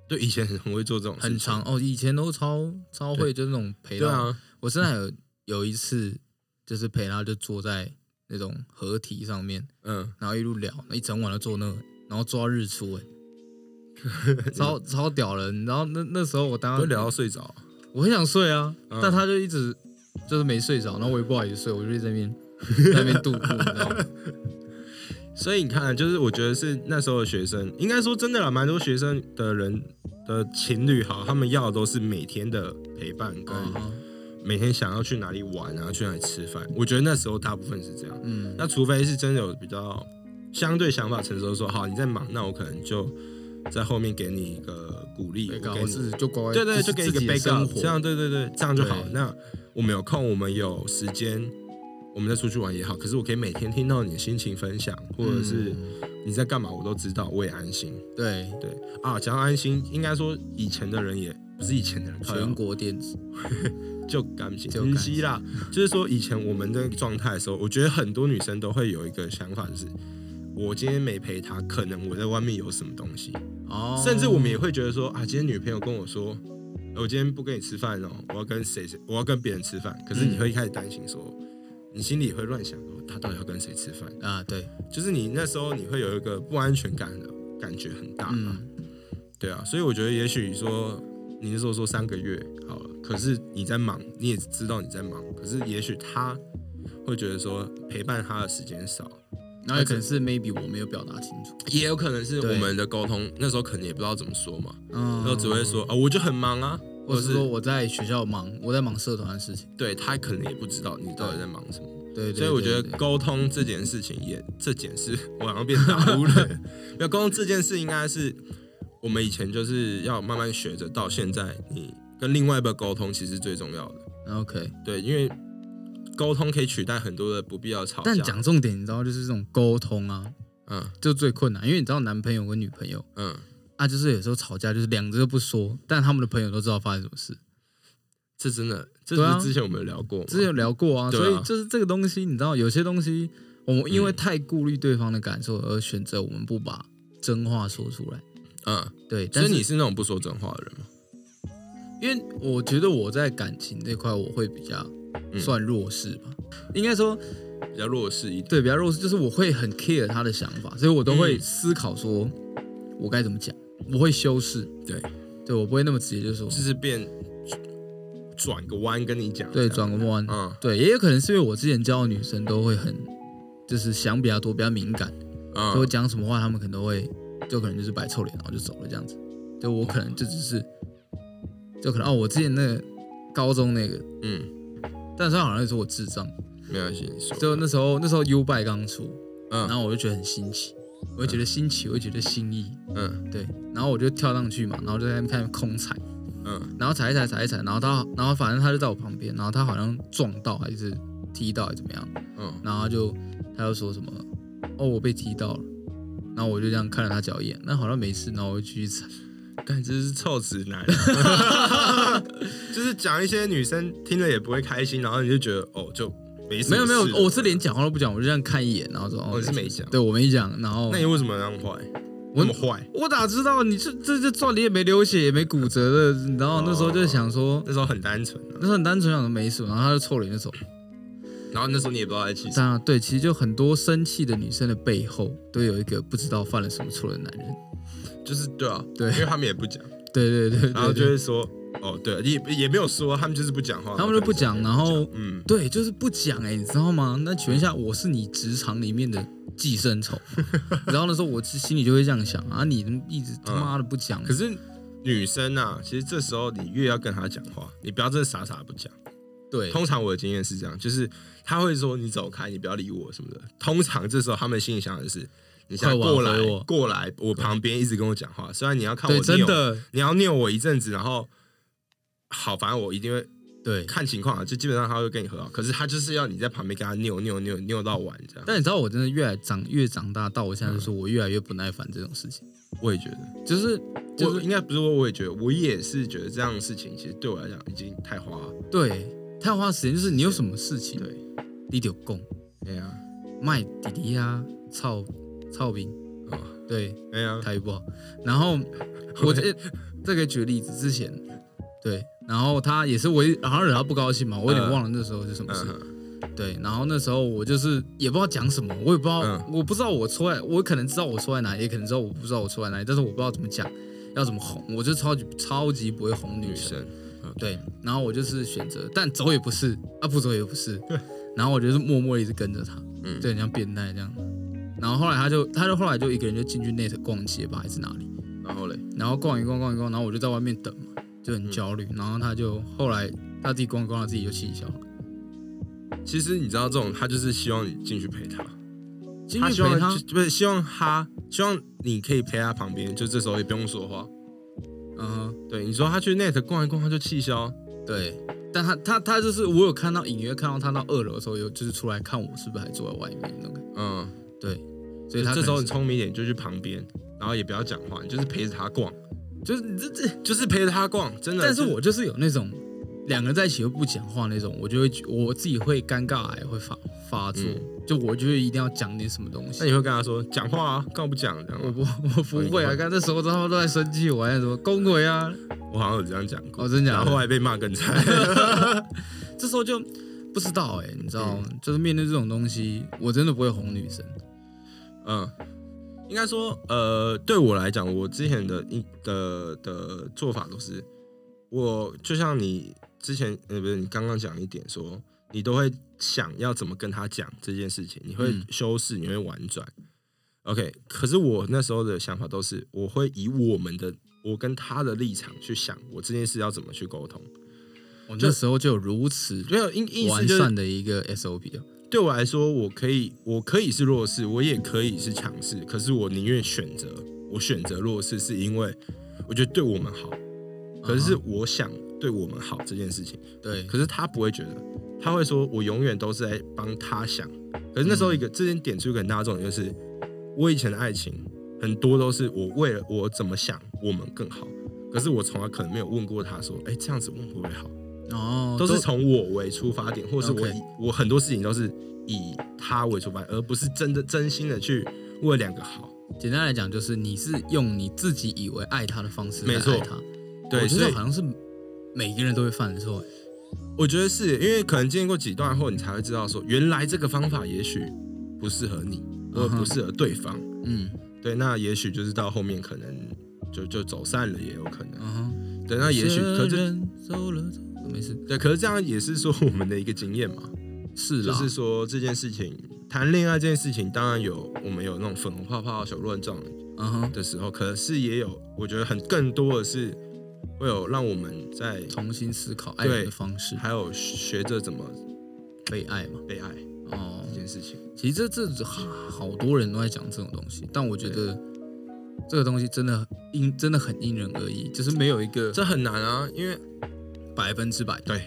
Speaker 2: 对，以前很很会做这种事情
Speaker 4: 很长，哦。以前都超超会，就是那种陪
Speaker 2: 对
Speaker 4: 到。
Speaker 2: 啊，
Speaker 4: 我真的还有有一次，就是陪他就坐在那种河堤上面，
Speaker 2: 嗯，
Speaker 4: 然后一路聊，一整晚都坐那，然然后做到日出、
Speaker 2: (laughs)
Speaker 4: 哎，超超屌人。然后那那时候我当
Speaker 2: 都聊到睡着啊，
Speaker 4: 我很想睡啊，
Speaker 2: 嗯
Speaker 4: 但他就一直就是没睡着，然后我也不好意思睡，我就一直在那
Speaker 2: (laughs)
Speaker 4: 边在那边度过，你知道吗？
Speaker 2: 所以你看，就是我觉得是那时候的学生，应该说真的啦，蛮多学生的人的情侣好，他们要的都是每天的陪伴跟
Speaker 4: 嗯
Speaker 2: 每天想要去哪里玩啊，去哪里吃饭。我觉得那时候大部分是这样。
Speaker 4: 嗯，
Speaker 2: 那除非是真的有比较相对想法成熟，说好你在忙，那我可能就在后面给你一个鼓励，
Speaker 4: 被
Speaker 2: 我
Speaker 4: 告
Speaker 2: 给
Speaker 4: 我
Speaker 2: 你
Speaker 4: 是就乖乖，
Speaker 2: 对对，就给
Speaker 4: 给
Speaker 2: 你一个 backup，
Speaker 4: 活，
Speaker 2: 这样对对对，这样就好
Speaker 4: 对。
Speaker 2: 那我们有空，我们有时间，我们再出去玩也好。可是我可以每天听到你的心情分享，或者是
Speaker 4: 嗯
Speaker 2: 你在干嘛，我都知道，我也安心。
Speaker 4: 对
Speaker 2: 对啊，讲到安心，应该说以前的人也不是以前的人，靠腰
Speaker 4: 全国电子，
Speaker 2: 就甘心，
Speaker 4: 就甘心
Speaker 2: 不是啦。就是说，以前我们的状态的时候，我觉得很多女生都会有一个想法，就是我今天没陪她，可能我在外面有什么东西。
Speaker 4: 哦，
Speaker 2: 甚至我们也会觉得说啊，今天女朋友跟我说，呃我今天不跟你吃饭哦，我要跟谁谁，我要跟别人吃饭。可是你会一开始担心说，
Speaker 4: 嗯
Speaker 2: 你心里也会乱想说，他到底要跟谁吃饭？
Speaker 4: 啊，对，
Speaker 2: 就是你那时候你会有一个不安全感的感觉很大嘛，
Speaker 4: 嗯，
Speaker 2: 对啊。所以我觉得也许说，你那时候说三个月好了，可是你在忙，你也知道你在忙，可是也许他会觉得说陪伴他的时间少，
Speaker 4: 然后也可能是 maybe 我没有表达清楚，
Speaker 2: 也有可能是
Speaker 4: 对
Speaker 2: 我们的沟通那时候可能也不知道怎么说嘛，
Speaker 4: 嗯，
Speaker 2: 然后只会说啊、我就很忙啊，
Speaker 4: 或者是说我在学校忙，我在忙社团的事情，
Speaker 2: 对他可能也不知道你到底在忙什么，
Speaker 4: 对，对
Speaker 2: 所以我觉
Speaker 4: 对
Speaker 2: 得
Speaker 4: 对
Speaker 2: 沟通这件事情也这件事，我好像变打
Speaker 4: (laughs)
Speaker 2: 呼了。没有沟通这件事，应该是我们以前就是要慢慢学着，到现在你跟另外一半沟通其实最重要的，
Speaker 4: OK，
Speaker 2: 对，因为沟通可以取代很多的不必要吵架。
Speaker 4: 但讲重点，你知道，就是这种沟通啊，
Speaker 2: 嗯
Speaker 4: 就最困难，因为你知道男朋友跟女朋友
Speaker 2: 嗯，
Speaker 4: 啊，就是有时候吵架，就是两个都不说，但他们的朋友都知道发生什么事。
Speaker 2: 这真的，这
Speaker 4: 对啊
Speaker 2: 不是之前我们有聊过吗，
Speaker 4: 之前有聊过啊，
Speaker 2: 对啊嗯
Speaker 4: 所以就是这个东西，你知道，有些东西我们因为太顾虑对方的感受而选择我们不把真话说出来。
Speaker 2: 嗯，
Speaker 4: 对，
Speaker 2: 所
Speaker 4: 但
Speaker 2: 以
Speaker 4: 是
Speaker 2: 你是那种不说真话的人吗？
Speaker 4: 因为我觉得我在感情这块我会比较
Speaker 2: 嗯
Speaker 4: 算弱势吧，应该说
Speaker 2: 比较弱势一点，
Speaker 4: 对比较弱势，就是我会很 care 他的想法，所以我都会
Speaker 2: 嗯
Speaker 4: 思考说我该怎么讲，我会修饰，
Speaker 2: 对，
Speaker 4: 对我不会那么直接就说
Speaker 2: 就，是变转个弯跟你讲，
Speaker 4: 对，
Speaker 2: 这样
Speaker 4: 转个弯，
Speaker 2: 嗯
Speaker 4: 对，也有可能是因为我之前教的女生都会很，就是想比较多，比较敏感，所以我
Speaker 2: 嗯，
Speaker 4: 讲什么话，她们可能都会，就可能就是摆臭脸，然后就走了这样子。就我可能就只是，就可能哦，我之前那个高中那个，
Speaker 2: 嗯，
Speaker 4: 但是她好像说我智障，
Speaker 2: 没关系，你说
Speaker 4: 就那时候那时候 U 拜刚出，
Speaker 2: 嗯
Speaker 4: 然后我就觉得很新奇，我就觉得新奇，我就觉得新意，
Speaker 2: 嗯
Speaker 4: 对，然后我就跳上去嘛，然后就在那边看空踩，
Speaker 2: 嗯
Speaker 4: 然后踩一踩踩一踩，然后他然后反正他就在我旁边，然后他好像撞到还是踢到还是怎么样。
Speaker 2: 嗯
Speaker 4: 然后他就他就说什么，哦，我被踢到了，然后我就这样看了他脚一眼，那好像没事，然后我就继续踩，
Speaker 2: 干这是臭直男， (laughs) 就是讲一些女生听了也不会开心，然后你就觉得哦就没什
Speaker 4: (laughs) 没
Speaker 2: 么
Speaker 4: 有没有
Speaker 2: 事，了
Speaker 4: 我是连讲话都不讲，我就这样看一眼，然后说，
Speaker 2: 哦
Speaker 4: 哦
Speaker 2: 你是没讲
Speaker 4: 对我没讲，然后
Speaker 2: 那你为什么那样坏？
Speaker 4: 我
Speaker 2: 那么坏？
Speaker 4: 我哪知道你这这这撞你也没流血也没骨折的，然后那时候就想说，
Speaker 2: 那时候很单纯啊、
Speaker 4: 那时候很单纯想说没什么，然后他就臭脸就走了。
Speaker 2: 然后那时候你也不知道在气什
Speaker 4: 当然对，其实就很多生气的女生的背后都有一个不知道犯了什么错的男人，
Speaker 2: 么，就是对啊，
Speaker 4: 对
Speaker 2: 因为他们也不讲，
Speaker 4: 对对对对
Speaker 2: 然后就
Speaker 4: 对
Speaker 2: 会说哦对，也也没有说，他们就是不讲话，
Speaker 4: 他们就不讲，然后
Speaker 2: 嗯，
Speaker 4: 对，就是不讲哎、你知道吗？那请问一下，我是你职场里面的寄生虫， (laughs) 然后那时候我是心里就会这样想啊，你一直他妈的不讲，
Speaker 2: 嗯可是。女生啊，其实这时候你越要跟她讲话，你不要真的傻傻不讲。
Speaker 4: 对
Speaker 2: 通常我的经验是这样，就是他会说你走开，你不要理我什么的。通常这时候他们心里想的是，你现在
Speaker 4: 快挽
Speaker 2: 过来
Speaker 4: 回我
Speaker 2: 过来，我旁边一直跟我讲话，虽然你要看我
Speaker 4: 对，真
Speaker 2: 扭，
Speaker 4: 的
Speaker 2: 你要拗我一阵子，然后好，反正我一定会
Speaker 4: 对。
Speaker 2: 看情况啊，就基本上他会跟你和好，可是他就是要你在旁边跟他拗拗拗拗到晚这样。
Speaker 4: 但你知道，我真的越来长越长大，到我现在就是
Speaker 2: 嗯
Speaker 4: 我越来越不耐烦这种事情，
Speaker 2: 我也觉得，
Speaker 4: 就是就
Speaker 2: 我
Speaker 4: 是
Speaker 2: 应该不是我，我也觉得，我也是觉得这样的事情其实对我来讲已经太花了。
Speaker 4: 对，太花时间，就是你有什么事情，
Speaker 2: 对，
Speaker 4: 你就供
Speaker 2: 哎呀、
Speaker 4: 卖弟弟呀，操操饼，
Speaker 2: 哦，
Speaker 4: 对，
Speaker 2: 哎呀、
Speaker 4: 台语不好。然
Speaker 2: (laughs)
Speaker 4: 后我这这个举个例子，之前对，然后他也是我一，好像惹他不高兴嘛，我有点
Speaker 2: 嗯
Speaker 4: 忘了那时候是什么事。
Speaker 2: 嗯，
Speaker 4: 对，然后那时候我就是也不知道讲什么，我也不知道，
Speaker 2: 嗯
Speaker 4: 我不知道我出来，我可能知道我出来哪里，也可能知道我不知道我出来哪里，但是我不知道怎么讲，要怎么红，我就超级超级不会红
Speaker 2: 女
Speaker 4: 女生。
Speaker 2: 生，
Speaker 4: 对，然后我就是选择，但走也不是，啊不走也不
Speaker 2: (laughs)
Speaker 4: 是，然后我就是默默一直跟着他，
Speaker 2: 嗯
Speaker 4: 就很像变态这样。然后后来他就，他就后来就一个人就进去 net 逛街吧，还是哪里，
Speaker 2: 然后嘞，
Speaker 4: 然后逛一逛逛一逛，然后我就在外面等嘛，就
Speaker 2: 嗯
Speaker 4: 很焦虑。然后他就后来他自己逛一逛，他自己就气消了，
Speaker 2: 其实你知道这种，他就是希望你进去陪他，
Speaker 4: 进
Speaker 2: 他希
Speaker 4: 去
Speaker 2: 望
Speaker 4: 陪他，
Speaker 2: 就不是希望他希望你可以陪他旁边，就这时候也不用说话。
Speaker 4: 嗯哼。
Speaker 2: 对，你说他去 net 逛一逛，他就气消，
Speaker 4: 对，但他他他就是我有看到隐约看到他到二楼的时候，有就是出来看我是不是还坐在外面那种感觉。
Speaker 2: 嗯，
Speaker 4: 对，所
Speaker 2: 所
Speaker 4: 以他
Speaker 2: 这
Speaker 4: 可
Speaker 2: 时候
Speaker 4: 能
Speaker 2: 你
Speaker 4: 是
Speaker 2: 聪明一点，就去旁边，然后也不要讲话，你就是陪着他逛，
Speaker 4: 就是你这这，
Speaker 2: 就是陪着他逛，真的。
Speaker 4: 但是
Speaker 2: 就
Speaker 4: 我就是有那种两个人在一起又不讲话那种，我就会觉我自己会尴尬癌会发发作，
Speaker 2: 嗯
Speaker 4: 就我就会一定要讲点什么东
Speaker 2: 那
Speaker 4: 西。
Speaker 2: 你会跟他说讲话啊，干嘛不讲？这样
Speaker 4: 我
Speaker 2: 吗
Speaker 4: 不我不
Speaker 2: 你
Speaker 4: 会啊，
Speaker 2: 会
Speaker 4: 刚才时候他们都在生气，我还什么公鬼啊，
Speaker 2: 我好像有这样讲过，
Speaker 4: 哦真假
Speaker 2: 然后后
Speaker 4: 的，
Speaker 2: 来被骂更惨。
Speaker 4: (laughs) 这时候就不知道哎、你知道，就是面对这种东西，我真的不会哄女生。
Speaker 2: 嗯，应该说，呃，对我来讲，我之前的一的的做法都是，我就像你之前，呃，不是你刚刚讲一点说，你都会想要怎么跟他讲这件事情，你会
Speaker 4: 嗯
Speaker 2: 修饰，你会婉转。OK，可是我那时候的想法都是，我会以我们的我跟他的立场去想，我这件事要怎么去沟通。
Speaker 4: 我那时候就有如此
Speaker 2: 没有意意思
Speaker 4: 完
Speaker 2: 就是
Speaker 4: 善的一个 SOP 啊。
Speaker 2: 对我来说，我可以，我可以是弱势，我也可以是强势，可是我宁愿选择，我选择弱势，是因为我觉得对我们好，可是
Speaker 4: 嗯
Speaker 2: 我想对我们好这件事情，
Speaker 4: 对，
Speaker 2: 可是他不会觉得，他会说我永远都是在帮他想。可是那时候一个，这点点出一个很大的重点就是，我以前的爱情很多都是我为了我怎么想我们更好，可是我从来可能没有问过他说，哎，这样子我们会不会好？
Speaker 4: 哦，
Speaker 2: 都是从我为出发点，或是我
Speaker 4: OK
Speaker 2: 以我很多事情都是以他为出发点，而不是真的真心的去为两个好。
Speaker 4: 简单来讲，就是你是用你自己以为爱他的方式
Speaker 2: 没
Speaker 4: 来
Speaker 2: 错
Speaker 4: 爱他。
Speaker 2: 对，
Speaker 4: 我觉
Speaker 2: 所
Speaker 4: 得
Speaker 2: 以
Speaker 4: 好像是每个人都会犯的错。欸
Speaker 2: 我觉得是因为可能经过几段后，你才会知道说，原来这个方法也许不适合你，或
Speaker 4: 嗯哼
Speaker 2: 不适合对方。
Speaker 4: 嗯
Speaker 2: 对，那也许就是到后面可能就就走散了，也有可能。
Speaker 4: 嗯哼，
Speaker 2: 对，那也许可
Speaker 4: 这
Speaker 2: 是
Speaker 4: 人走了，走了没事，
Speaker 2: 对，可是这样也是说我们的一个经验嘛。
Speaker 4: (laughs) 是
Speaker 2: 就
Speaker 4: 啦，
Speaker 2: 是说这件事情，谈恋爱这件事情，当然有我们有那种粉红泡泡、小乱撞，
Speaker 4: 嗯哼，
Speaker 2: 的时候，可是也有，我觉得很更多的是会有让我们在
Speaker 4: 重新思考爱人
Speaker 2: 对
Speaker 4: 的方式，
Speaker 2: 还有学着怎么
Speaker 4: 被爱嘛。
Speaker 2: 被爱
Speaker 4: 哦
Speaker 2: 这，件事情。
Speaker 4: 其实这这好好多人都在讲这种东西，但我觉得这个东西真的因真的很因人而异，就是没有一个
Speaker 2: 这很难啊，因为
Speaker 4: 百分之百。
Speaker 2: 对，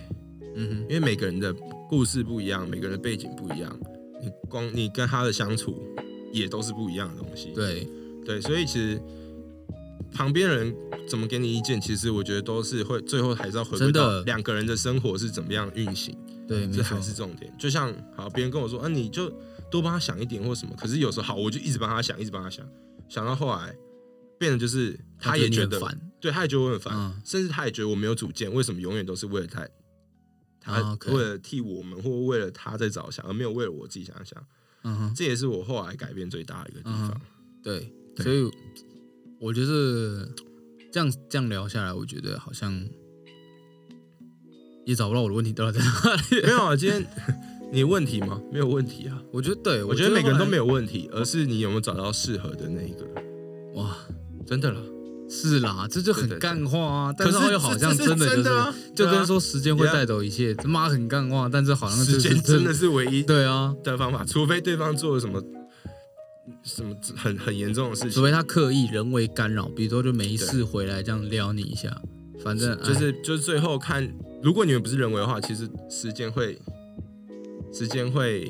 Speaker 4: 嗯哼。
Speaker 2: 因为每个人的故事不一样，每个人的背景不一样，你光你跟他的相处也都是不一样的东西。
Speaker 4: 对，
Speaker 2: 对，所以其实旁边人怎么给你意见，其实我觉得都是会最后还是要回归
Speaker 4: 真的
Speaker 2: 到两个人的生活是怎么样运行。
Speaker 4: 对，嗯没
Speaker 2: 这
Speaker 4: 错
Speaker 2: 还，是重点。就像好，别人跟我说，啊，你就多帮他想一点或什么。可是有时候好，我就一直帮他想，一直帮他想，想到后来变得就是他也觉
Speaker 4: 觉
Speaker 2: 得，
Speaker 4: 烦，
Speaker 2: 对，他也觉得我很烦，
Speaker 4: 嗯
Speaker 2: 甚至他也觉得我没有主见，为什么永远都是为了他，
Speaker 4: 啊
Speaker 2: 他
Speaker 4: ，OK
Speaker 2: 为了替我们或为了他在着想，而没有为了我自己想想。
Speaker 4: 嗯哼，
Speaker 2: 这也是我后来改变最大的一个地方。
Speaker 4: 嗯对，
Speaker 2: 对
Speaker 4: 所以我觉得这样这样聊下来，我觉得好像也找不到我的问题到底在哪
Speaker 2: (laughs)
Speaker 4: 里。
Speaker 2: (laughs) 没有啊，今天你有问题吗？没有问题啊。
Speaker 4: 我觉得对，
Speaker 2: 我觉得每个人都没
Speaker 4: 有
Speaker 2: 有问题，而是你有没有找到适合的那一个。
Speaker 4: 哇，
Speaker 2: 真的了，
Speaker 4: 是啦，这就
Speaker 2: 对
Speaker 4: 很
Speaker 2: 对对
Speaker 4: 干话啊，但是
Speaker 2: 可是
Speaker 4: 又
Speaker 2: 这
Speaker 4: 好像
Speaker 2: 这是
Speaker 4: 真的就是
Speaker 2: 真的啊
Speaker 4: 就
Speaker 2: 对啊
Speaker 4: 跟说时间会带走一切，他妈很干话，但是好像
Speaker 2: 时间真的
Speaker 4: 是
Speaker 2: 是唯一
Speaker 4: 对啊，
Speaker 2: 的方法，除非对方做了什么什么很很严重的事
Speaker 4: 除
Speaker 2: 情，
Speaker 4: 非他刻意人为干扰，比如说就没事回来这样撩你一下，反正哎
Speaker 2: 就是就是最后看，如果你们不是人为的话，其实时间会时间会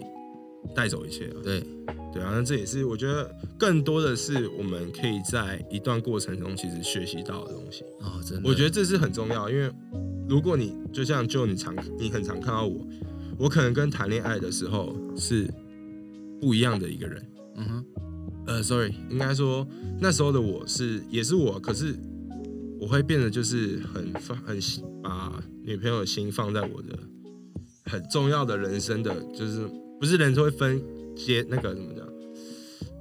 Speaker 2: 带走一切啊。
Speaker 4: 对
Speaker 2: 对啊，那这也是我觉得更多的是我们可以在一段过程中其实学习到的东西。
Speaker 4: 哦，真的，
Speaker 2: 我觉得这是很重要，因为如果你就像就你常你很常看到我，我可能跟谈恋爱的时候是不一样的一个人。
Speaker 4: 嗯哼，
Speaker 2: 呃，sorry，应该说那时候的我是也是我，可是我会变得就是很放很把女朋友的心放在我的很重要的人生的，就是不是人都会分阶那个怎么讲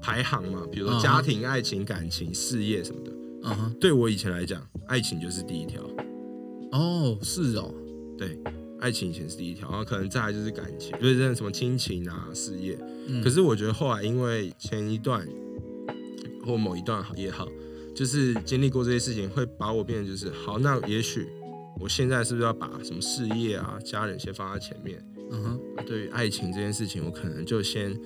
Speaker 2: 排行嘛？比如说
Speaker 4: 嗯
Speaker 2: 家庭、爱情、感情、事业什么的。
Speaker 4: 嗯哼，
Speaker 2: 对我以前来讲，爱情就是第一条，
Speaker 4: 哦，是哦，
Speaker 2: 对，爱情以前是第一条，然后可能再来就是感情，就是那什么亲情啊、事业。
Speaker 4: 嗯
Speaker 2: 可是我觉得后来因为前一段或某一段也好，就是经历过这些事情，会把我变成就是好，那也许我现在是不是要把什么事业啊、家人先放在前面？
Speaker 4: 嗯哼，
Speaker 2: 对于爱情这件事情，我可能就先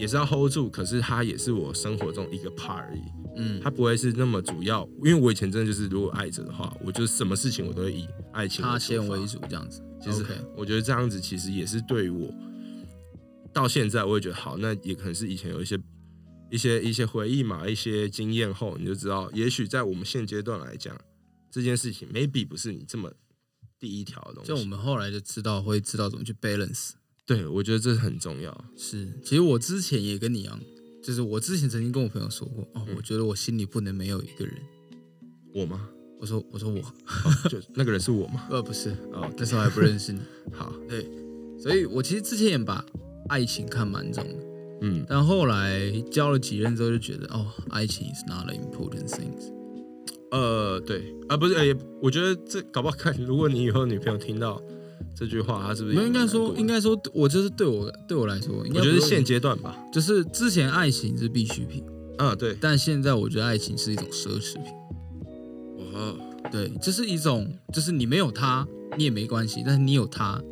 Speaker 2: 也是要 hold 住，可是它也是我生活中一个 part 而已，
Speaker 4: 嗯，
Speaker 2: 它不会是那么主要。因为我以前真的就是，如果爱着的话，我就什么事情我都会以爱情
Speaker 4: 他
Speaker 2: 出
Speaker 4: 先
Speaker 2: 发
Speaker 4: 为主这样子，
Speaker 2: 其实
Speaker 4: OK，
Speaker 2: 我觉得这样子其实也是对于我到现在，我也觉得好，那也可能是以前有一些一些一些回忆嘛，一些经验后，你就知道，也许在我们现阶段来讲，这件事情 maybe 不是你这么第一条的东西。
Speaker 4: 就我们后来就知道会知道怎么去 balance。
Speaker 2: 对我觉得这是很重要。
Speaker 4: 是，其实我之前也跟你一样，就是我之前曾经跟我朋友说过，
Speaker 2: 嗯
Speaker 4: 哦，我觉得我心里不能没有一个人。(laughs)
Speaker 2: 我吗？
Speaker 4: 我说，我说我，
Speaker 2: 哦就那个人是我吗？
Speaker 4: 呃，不是，
Speaker 2: 哦，
Speaker 4: 那时候还不认识你，
Speaker 2: 好，
Speaker 4: 对，所以我其实之前也把爱情看蛮重的，
Speaker 2: 嗯，
Speaker 4: 但后来交了几任之后就觉得，哦，爱情 is not an important things。
Speaker 2: 呃，对，啊，不是，呃也我觉得这搞不好看，如果你以后女朋友听到这句话，她是不是
Speaker 4: 没
Speaker 2: 也
Speaker 4: 有，应该
Speaker 2: 蛮难
Speaker 4: 说，
Speaker 2: 过
Speaker 4: 应该说，我就是对我对我来说，应该
Speaker 2: 我觉
Speaker 4: 不
Speaker 2: 得
Speaker 4: 是
Speaker 2: 现阶段吧，
Speaker 4: 就是之前爱情是必需品，
Speaker 2: 啊，对，
Speaker 4: 但现在我觉得爱情是一种奢侈品。
Speaker 2: 哇，
Speaker 4: 对，就是一种，就是你没有他，你也没关系，但是你有他，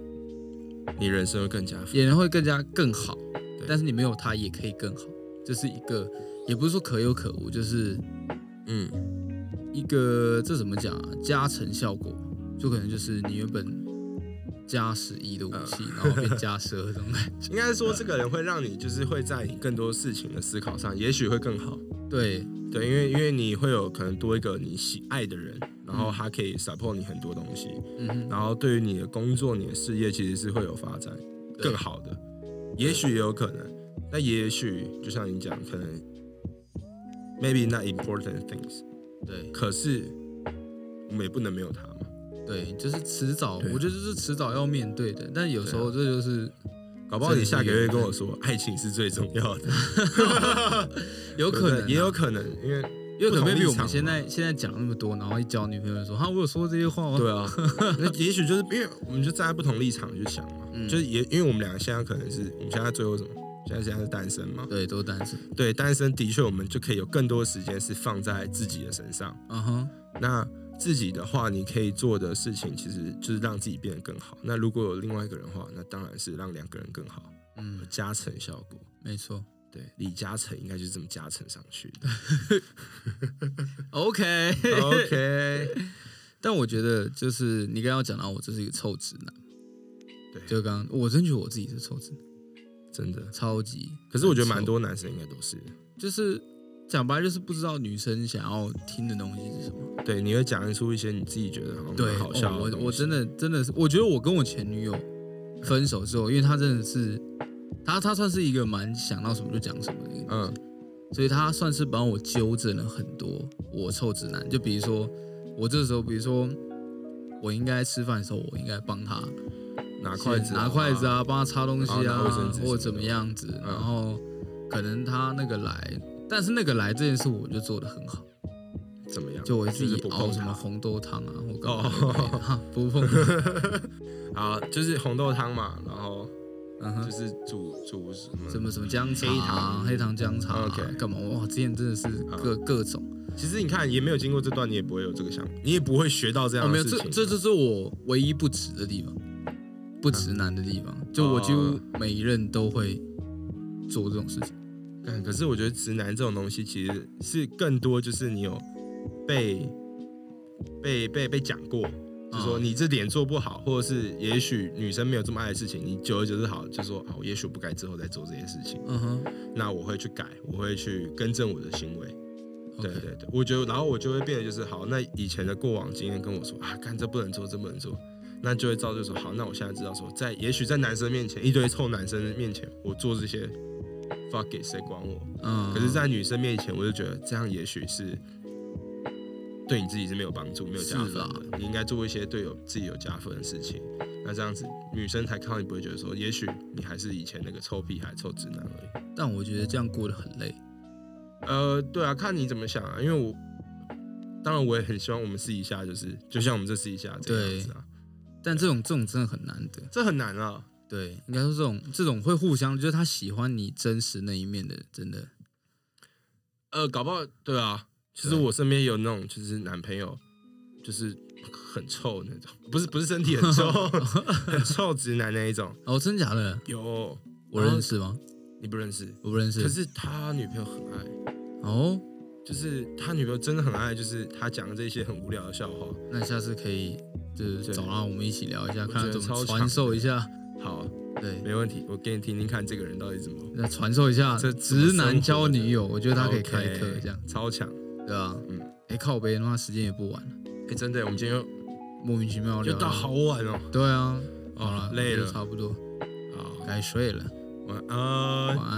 Speaker 2: 你人生会更加
Speaker 4: 也能会更加更好
Speaker 2: 对。
Speaker 4: 但是你没有他也可以更好，这、是一个，也不是说可有可无，就是
Speaker 2: 嗯。
Speaker 4: 一个这怎么讲啊？加成效果，就可能就是你原本加十一的武
Speaker 2: 嗯
Speaker 4: 器，然后变加十二这种感觉。
Speaker 2: 应该说，这个人会让你就是会在你更多事情的思考上，也许会更好。
Speaker 4: 对，
Speaker 2: 对，因为因为你会有可能多一个你喜爱的人，然后他可以 support 你很多东西，
Speaker 4: 嗯哼，
Speaker 2: 然后对于你的工作、你的事业其实是会有发展
Speaker 4: 对
Speaker 2: 更好的，也许也有可能。那也许就像你讲，可能 maybe not important things，
Speaker 4: 对
Speaker 2: 可是我们也不能没有他嘛。
Speaker 4: 对，就是迟早，
Speaker 2: 对啊啊
Speaker 4: 我觉得这是迟早要面对的。但有时候这就是
Speaker 2: 搞不好你下个月跟我说，爱情是最重要的，
Speaker 4: 有可能啊、
Speaker 2: 也有可能，因为
Speaker 4: 因为可能
Speaker 2: 不同立
Speaker 4: maybe 我
Speaker 2: 场嘛
Speaker 4: 们现在现在讲那么多，然后一交女朋友说，哈，我有说这些话吗？
Speaker 2: 对啊，
Speaker 4: (laughs)
Speaker 2: 那也许就是因为我们就站在不同立场去想嘛，
Speaker 4: 嗯
Speaker 2: 就是也因为我们两个现在可能是我们现在最后什么，现在现在是单身嘛，
Speaker 4: 对，都是单身。
Speaker 2: 对，单身的确我们就可以有更多时间是放在自己的身上。
Speaker 4: 嗯哼，
Speaker 2: 那自己的话，你可以做的事情其实就是让自己变得更好。那如果有另外一个人的话，那当然是让两个人更好，
Speaker 4: 嗯，
Speaker 2: 加成效果。
Speaker 4: 没错。
Speaker 2: 对，李嘉诚应该就是这么加成上去的。
Speaker 4: OK，
Speaker 2: (laughs) OK，
Speaker 4: (laughs)
Speaker 2: (laughs)
Speaker 4: 但我觉得就是你刚刚讲到我这是一个臭直男，
Speaker 2: 对
Speaker 4: 就刚我真觉得我自己是臭直男，
Speaker 2: 真的。
Speaker 4: 超级。
Speaker 2: 可是我觉得蛮
Speaker 4: 很臭，
Speaker 2: 多男生应该都是，
Speaker 4: 就是讲白就是不知道女生想要听的东西是什么。
Speaker 2: 对，你会讲出一些你自己觉得好像
Speaker 4: 对，
Speaker 2: 蛮好笑
Speaker 4: 哦
Speaker 2: 的东西、
Speaker 4: 我我真的真的是，我觉得我跟我前女友分手之后，因为她真的是，她她算是一个蛮想到什么就讲什么的一个
Speaker 2: 嗯。
Speaker 4: 所以他算是帮我纠正了很多我臭直男。就比如说，我这时候，比如说我应该吃饭的时候，我应该帮他
Speaker 2: 拿筷子、
Speaker 4: 拿筷子，啊，帮他擦东西
Speaker 2: 然后拿卫
Speaker 4: 啊
Speaker 2: 生纸，
Speaker 4: 或者怎么样子。
Speaker 2: 嗯
Speaker 4: 然后可能他那个来，但是那个来这件事我就做得很好，
Speaker 2: 怎么样？
Speaker 4: 就我自
Speaker 2: 就是
Speaker 4: 己
Speaker 2: 不
Speaker 4: 熬
Speaker 2: 碰
Speaker 4: 什么
Speaker 2: 它。
Speaker 4: 红豆汤啊，或干
Speaker 2: 哦
Speaker 4: 嘛之类的 (laughs) 哈不
Speaker 2: (laughs)
Speaker 4: 碰它。
Speaker 2: 啊，就是红豆汤嘛，然后
Speaker 4: 嗯
Speaker 2: 就
Speaker 4: 哼
Speaker 2: 是煮煮什么
Speaker 4: 什么什么姜茶
Speaker 2: 黑
Speaker 4: 啊
Speaker 2: 糖，
Speaker 4: 黑糖姜茶啊
Speaker 2: OK 啊
Speaker 4: 干嘛？哇，之前真的是各各种。
Speaker 2: 其实你看，也没有经过这段，你也不会有这个想法，你也不会学到这
Speaker 4: 哦，
Speaker 2: 样
Speaker 4: 没有，
Speaker 2: 的事
Speaker 4: 这
Speaker 2: 情。
Speaker 4: 这就是我唯一不直的地方，不直男的地方，就我几乎
Speaker 2: 哦
Speaker 4: 每一任都会做这种事情。
Speaker 2: 嗯干可是我觉得直男这种东西，其实是更多就是你有被被被被讲过，就说
Speaker 4: 嗯
Speaker 2: 你这点做不好，或者是也许女生没有这么爱的事情，你久而久之好，就说啊，我也许不该之后再做这些事情，
Speaker 4: 嗯哼
Speaker 2: 那我会去改，我会去更正我的行为。对
Speaker 4: ，OK，
Speaker 2: 对对，我觉得，然后我就会变得就是好，那以前的过往经验跟我说啊，干这不能做，这不能做，那就会造就说好，那我现在知道说，在也许在男生面前，一堆臭男生面前，我做这些，fuck it，谁管我？
Speaker 4: 嗯，
Speaker 2: 可是，在女生面前，我就觉得这样也许是对你自己是没有帮助、没有加分
Speaker 4: 是啦
Speaker 2: 的。你应该做一些对有自己有加分的事情，那这样子，女生才看到你不会觉得说，也许你还是以前那个臭屁孩、臭直男而已。
Speaker 4: 但我觉得这样过得很累。
Speaker 2: 呃，对啊，看你怎么想啊。因为我当然我也很希望我们试一下，就是就像我们这试一下这个样子啊，
Speaker 4: 但这种这种真的很难得。
Speaker 2: 这很难啊。
Speaker 4: 对，应该说这种这种会互相，就是他喜欢你真实那一面的，真的
Speaker 2: 呃，搞不好对啊。其实
Speaker 4: 对
Speaker 2: 我身边也有那种，就是男朋友就是很臭那种，不是不是身体
Speaker 4: (laughs)
Speaker 2: 很臭，很臭直男那一种。
Speaker 4: 哦，真假的，
Speaker 2: 有，
Speaker 4: 我认识吗？
Speaker 2: 你不认识，
Speaker 4: 我不认
Speaker 2: 可
Speaker 4: 识。
Speaker 2: 是他女朋友很爱，
Speaker 4: 哦，
Speaker 2: 就是他女朋友真的很爱，就是他讲的这些很无聊的笑话。
Speaker 4: 那下次可以就是
Speaker 2: 对
Speaker 4: 找啊到我们一起聊一下，
Speaker 2: 觉
Speaker 4: 看看
Speaker 2: 得
Speaker 4: 怎么
Speaker 2: 超
Speaker 4: 传
Speaker 2: 强
Speaker 4: 授一下。
Speaker 2: 好，
Speaker 4: 对，
Speaker 2: 没问题，我给你听听看这个人到底怎么。
Speaker 4: 那传授一下
Speaker 2: 这怎么
Speaker 4: 直男交女友，我觉得他可以
Speaker 2: OK，
Speaker 4: 开课这样，
Speaker 2: 超强。
Speaker 4: 对啊，
Speaker 2: 嗯
Speaker 4: 哎，靠北的话时间也不晚了，
Speaker 2: 哎、真的，我们今天又
Speaker 4: 莫名其妙聊
Speaker 2: 又
Speaker 4: 了
Speaker 2: 到好晚哦。
Speaker 4: 对啊，好了，
Speaker 2: 累
Speaker 4: 我觉得
Speaker 2: 了
Speaker 4: 差不多
Speaker 2: 好，
Speaker 4: 该睡了，
Speaker 2: 晚
Speaker 4: 晚
Speaker 2: 安。
Speaker 4: 安。